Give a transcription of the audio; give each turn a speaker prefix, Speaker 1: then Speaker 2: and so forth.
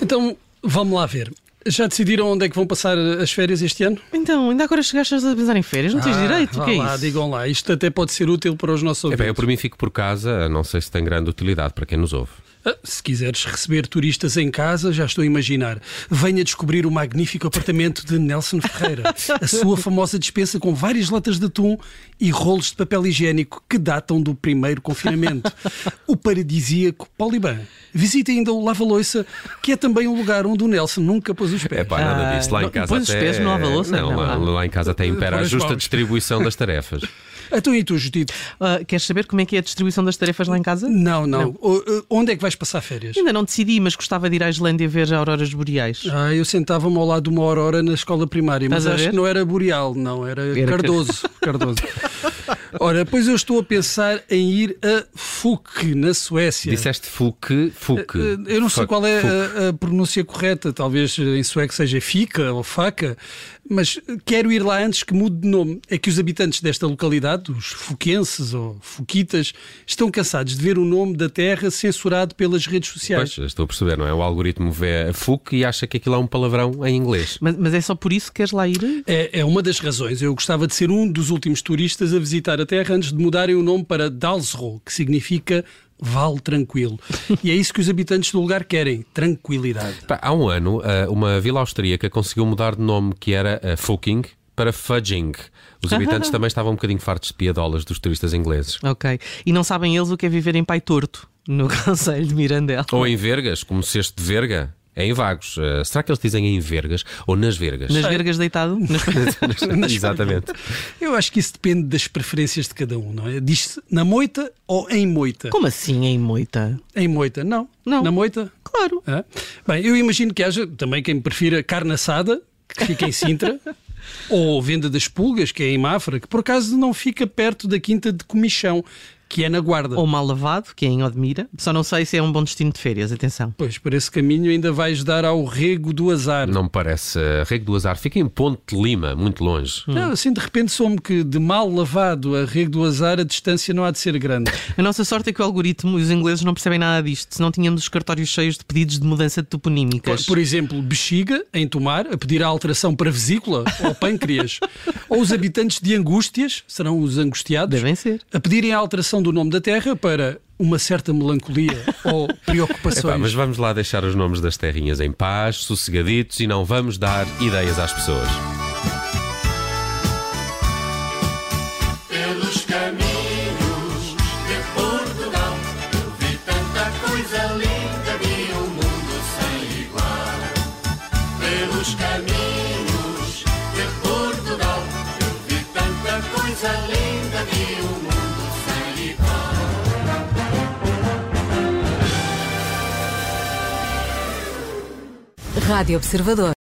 Speaker 1: Então, vamos lá ver. Já decidiram onde é que vão passar as férias este ano?
Speaker 2: Então, ainda agora chegaste a pensar em férias, não tens
Speaker 1: Ah,
Speaker 2: direito? O
Speaker 1: vá
Speaker 2: que é
Speaker 1: lá,
Speaker 2: isso?
Speaker 1: Digam lá, isto até pode ser útil para os nossos
Speaker 3: É
Speaker 1: ouvintes.
Speaker 3: bem, eu por mim fico por casa, não sei se tem grande utilidade para quem nos ouve.
Speaker 1: Ah, Se quiseres receber turistas em casa, já estou a imaginar. Venha descobrir o magnífico apartamento de Nelson Ferreira. A sua famosa despensa com várias latas de atum e rolos de papel higiênico que datam do primeiro confinamento. O paradisíaco Poliban. Visite ainda o Lava Loiça, que é também um lugar onde o Nelson nunca pôs os pés.
Speaker 3: É pá,
Speaker 2: Ah,
Speaker 3: nada disso. Lá em
Speaker 2: não-
Speaker 3: casa
Speaker 2: pões os
Speaker 3: até...
Speaker 2: pés no lava-louça?
Speaker 3: Não,
Speaker 2: Não,
Speaker 3: lá,
Speaker 2: não.
Speaker 3: lá em casa até impera a
Speaker 1: Põe os
Speaker 3: justa
Speaker 1: pobres.
Speaker 3: distribuição das tarefas.
Speaker 1: Então e tu, Judito?
Speaker 2: Ah, queres saber como é que é a distribuição das tarefas lá em casa?
Speaker 1: Não, não. O- eh, onde é que vais passar férias?
Speaker 2: Ainda não decidi, mas gostava de ir à Islândia ver auroras boreais.
Speaker 1: Ah, eu sentava-me ao lado de uma aurora na escola primária, mas
Speaker 2: Estás a
Speaker 1: acho
Speaker 2: ver?
Speaker 1: que não era Boreal, não, era,
Speaker 2: Car-
Speaker 1: Cardoso. Cardoso. Ora, pois eu estou a pensar em ir a Fuk, na Suécia.
Speaker 3: Disseste Fuque, Fuque.
Speaker 1: Eh, Eu não sei
Speaker 3: Fuck,
Speaker 1: qual é
Speaker 3: Fuque.
Speaker 1: a, a pronúncia correta, talvez em sueco seja fica ou faca, mas quero ir lá antes que mude de nome. É que os habitantes desta localidade, os fuquenses ou fuquitas, estão cansados de ver o nome da terra censurado pelas redes sociais.
Speaker 3: Pois, estou a perceber, não é? O algoritmo vê a Fuque e acha que aquilo é um palavrão em inglês.
Speaker 2: Mas, mas é só por isso que queres lá ir?
Speaker 1: É, é uma das razões. Eu gostava de ser um dos últimos turistas a visitar a Terra antes de mudarem o nome para Dalsro, que significa Vale Tranquilo. E é isso que os habitantes do lugar querem: tranquilidade.
Speaker 3: Pá, Há um ano, ah, uma vila austríaca conseguiu mudar de nome que era ah, Fucking para Fudging. Os habitantes também estavam um bocadinho fartos de piadolas dos turistas ingleses.
Speaker 2: Ok. E não sabem eles o que é viver em pai torto, no Conselho de Mirandela.
Speaker 3: Ou em vergas, como cesto de verga. É em vagos. Ah, será que eles dizem em vergas ou nas vergas?
Speaker 2: Nas vergas deitado? Nas-
Speaker 3: Exatamente.
Speaker 1: Eu acho que isso depende das preferências de cada um, não é? Diz-se na moita ou em moita?
Speaker 2: Como assim em moita?
Speaker 1: Em moita, não.
Speaker 2: Não.
Speaker 1: Na moita?
Speaker 2: Claro.
Speaker 1: Hã? Bem, eu imagino que haja também quem prefira carne assada, que fica em Sintra, ou venda das pulgas, que é em Mafra, que por acaso não fica perto da quinta de Comichão, que é na Guarda.
Speaker 2: Ou mal lavado, que é em Odmira. Só não sei se é um bom destino de férias, atenção.
Speaker 1: Pois, por esse caminho ainda vais dar ao rego do azar.
Speaker 3: Não me parece. Ah, Rego do Azar fica em Ponte de Lima, muito longe.
Speaker 1: Não, assim, de repente soube que de mal lavado a rego do azar a distância não há de ser grande.
Speaker 2: A nossa sorte é que o algoritmo e os ingleses não percebem nada disto, senão tínhamos os cartórios cheios de pedidos de mudança de toponímicas.
Speaker 1: Por exemplo, bexiga, em tomar, a pedir a alteração para vesícula ou pâncreas. ou os habitantes de angústias, serão os angustiados,
Speaker 2: Devem ser.
Speaker 1: a pedirem a alteração do nome da terra para uma certa melancolia ou preocupações.
Speaker 3: Epá, mas vamos lá deixar os nomes das terrinhas em paz, sossegaditos e não vamos dar ideias às pessoas.
Speaker 4: pelos caminhos de Portugal. Eu vi tanta coisa linda, vi um mundo sem igual. Pelos caminhos de Portugal, eu vi tanta coisa linda, vi um mundo sem igual.
Speaker 5: Rádio Observador.